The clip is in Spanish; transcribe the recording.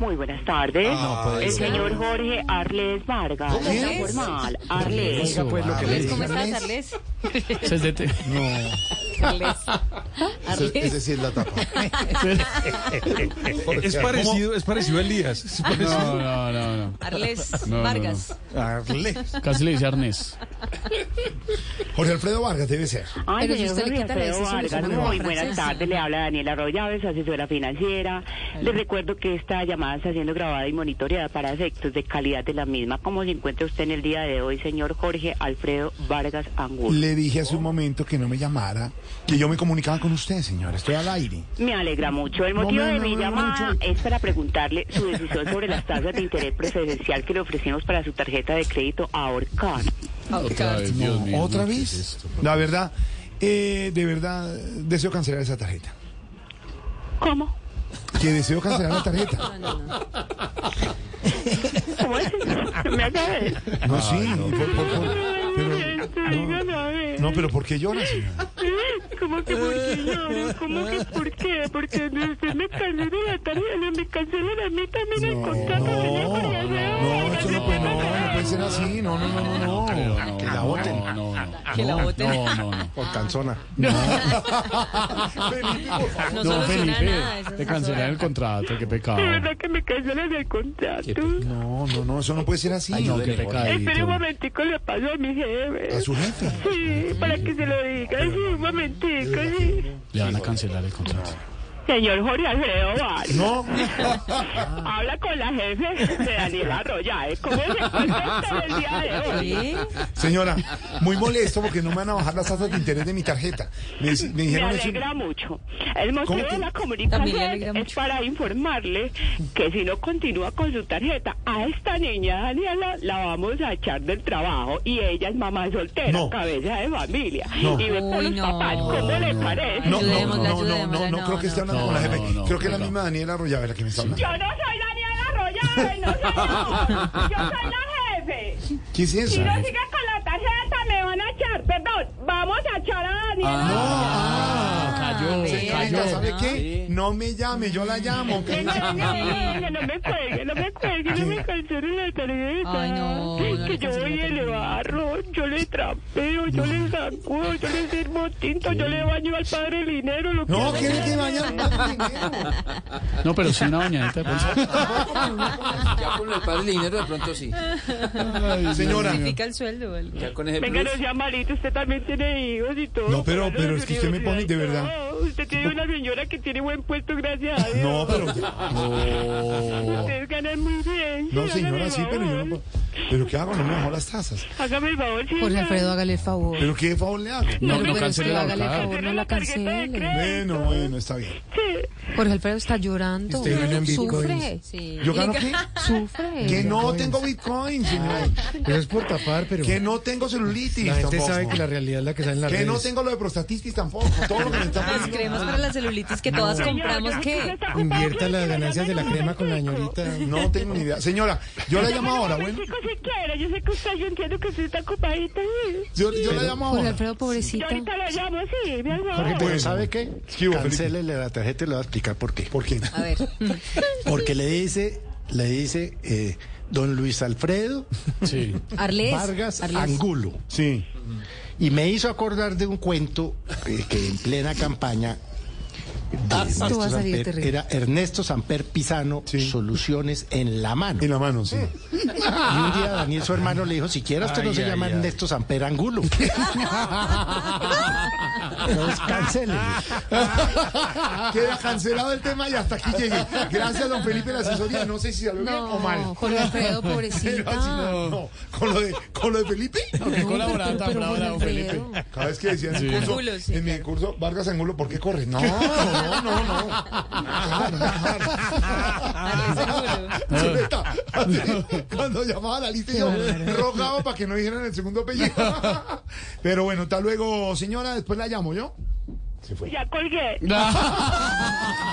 Muy buenas tardes. No puede el ser. señor Jorge Arles Vargas. ¿Cómo? Está ¿Qué? formal. Arles. Eso, pues, lo que le Arles, dije. ¿Cómo estás, Arles? Arles? Eso es de te- Arles. Ese, ese Arles. sí es la tapa. Es parecido, es parecido a Elías. Es parecido. No, no, no, no. Arles No, no, Vargas. Arles. Casi le dice Arnés. Jorge Alfredo Vargas debe ser. Ay, Pero si señor usted le Jorge quita la Alfredo decisión, Vargas, suena como muy buenas francés. tardes. Le habla Daniela Royaves, asesora financiera. Les recuerdo que esta llamada está siendo grabada y monitoreada para efectos de calidad de la misma. ¿Cómo se encuentra usted en el día de hoy, señor Jorge Alfredo Vargas Angulo? Le dije hace un momento que no me llamara, que yo me comunicaba con usted, señora. Estoy al aire. Me alegra mucho. El motivo No, no, de no, mi no, no, llamada mucho. es para preguntarle su decisión sobre las tasas de interés preferencial que le ofrecemos para su tarjeta de crédito ahorcar. Otra vez, Dios mío. ¿Otra no, ¿qué vez? es esto? la verdad, eh, de verdad, deseo cancelar esa tarjeta. ¿Cómo? Que deseo cancelar la tarjeta. ¿Cómo es? Me acaba de- No, sí. por- por- por- pero, Dígame, a ver. no, pero ¿por qué llora, señora? ¿Cómo Eh, que por qué lloran? ¿Cómo que por qué? Porque usted me cancela la tarjeta, me cancela a mí también el contrato de Jorge Alfredo No, Vargas. eso no, no, no puede ser así. No, no, no, no. Pero no. no, no, No, no, no. Que la voten. No, no, no. Por canzona. Felipe, por favor. No, No, soluciona Felipe, nada. eso te es cancelan el contrato, qué pecado. De verdad que me cancelan el contrato. No, no, no, eso no puede ser así. No, qué pecadito. Espere un momentico, le paso a mi jefe. A su jefe. Sí, para que se lo diga, sí, un momentico, sí. Le van a cancelar el contrato. Señor Jorge Alfredo Vargas, No. habla con la jefe de Daniela Royae. ¿Cómo se contesta el día de ahora. hoy? ¿Eh? Señora, muy molesto porque no me van a bajar las tasas de interés de mi tarjeta. Me, dec- me Me dijeron eso. alegra mucho. El ¿Cómo motivo que? de la También le alegra comunicación es mucho. para informarle que si no continúa con su tarjeta, a esta niña Daniela la vamos a echar del trabajo y ella es mamá soltera, No. cabeza de familia. No. Y ve por Uy, los no. papás, ¿cómo le parece? No, no, no, no, no, no, Ayudémosla, ayudémosla, no, no, creo que esté hablando no, con la no, jefe. no, creo que es la no. misma Daniela Arroyave la que me está hablando. Yo no soy Daniela Royave, no señor. Yo soy la jefe. ¿Qué es eso? Si no siga con la tarjeta, me van a echar. Perdón, vamos a echar a Ah. Daniela. Cayó, Ah, sí, Venga, cayó. ¿sabe qué? No me llame, yo la llamo. que- Venga, No me cuelgue, no me cuelgue, no me cancelen la tarjeta. Ay, no, no que le yo cancelen voy la y le tarjeta. barro, yo le trapeo, yo le sacudo, yo le sirvo tinto, yo le baño al padre dinero, lo que No, haga. ¿quiere que vaya al padre dinero? No, pero sí una bañadita de bolsa. Ya con el padre de dinero de pronto sí. Señora. Justifica el sueldo o algo. Ya con ese Venga, no plus. sea malito, usted también tiene hijos y todo. No, pero- Claro, pero la es que usted me pone- de universidad y verdad. todo. Usted tiene una señora que tiene buen puesto, gracias a Dios. No, pero. No, Ustedes ganan muy bien. Oh. no hágame señora, el sí, pero yo no. favor. puedo- ¿Pero qué hago? No me bajo las tasas. Hágame el favor, sí. Jorge hágame. Alfredo, hágale el favor. ¿Pero qué favor le hago? No, Pero no usted cancele la hágale el botada. favor, no la tarjeta de cancele. crédito. Bueno, bueno, está bien. Sí. Jorge Alfredo está llorando. Usted gana en Sufre. bitcoins. Sí. ¿Yo gano qué? Sufre. Que no tengo bitcoin, señora. Eso es por tapar, pero Que no tengo celulitis. la gente tampoco. sabe que la realidad es la que sale en Ah, la Que no tengo lo de prostatitis tampoco. Todo lo que me está Las cremas pasando. Ah, pues para la celulitis que todas compramos, ¿qué? Invierta las ganancias de la crema con la señorita. No tengo ni idea. Señora, yo la llamo ahora, Bueno, bueno. chico, si quiere, yo sé que usted, yo entiendo que usted está ocupadita. ¿sí? Yo, yo la llamo Jorge ahora. Alfredo, Yo pobrecita. ahorita la llamo, sí, mi amor. Jorge, Bueno. pero Pues, ¿sabe qué? ¿Qué hubo, Felipe? Cancélele la tarjeta y le voy a explicar por qué. ¿Por qué? A ver. Porque le dice, le dice eh, don Luis Alfredo Sí. Arles. Vargas Arles. Angulo. Sí. Y me hizo acordar de un cuento eh, que en plena campaña de Ah, Esto va a Ernesto salir Samper- terrible. era Ernesto Samper Pisano, Sí. Soluciones en la mano. En la mano, sí. Y un día Daniel, su hermano, le dijo, si quieres usted no Ay, se ay, llama ay. Ernesto Samper Angulo. Entonces, cancélele. Queda cancelado el tema y hasta aquí llegué. Gracias, don Felipe, la asesoría. No sé si salió bien o No, mal. Jorge Alfredo, Pero así, pobrecita. no, no. ¿Con, lo de, ¿Con lo de Felipe? Qué colaborador tan pero bravo, Jorge bravo, Felipe. Alfredo. Cada vez que decían en, mi curso, Angulo, sí, en mi curso, Vargas Angulo, ¿por qué corre? No, no, no, no. Najar, najar. Chuleta. Cuando llamaba a la lista yo rogaba para que no dijeran el segundo apellido. Pero bueno, hasta luego, señora, después la llamo yo. Ya colgué. No.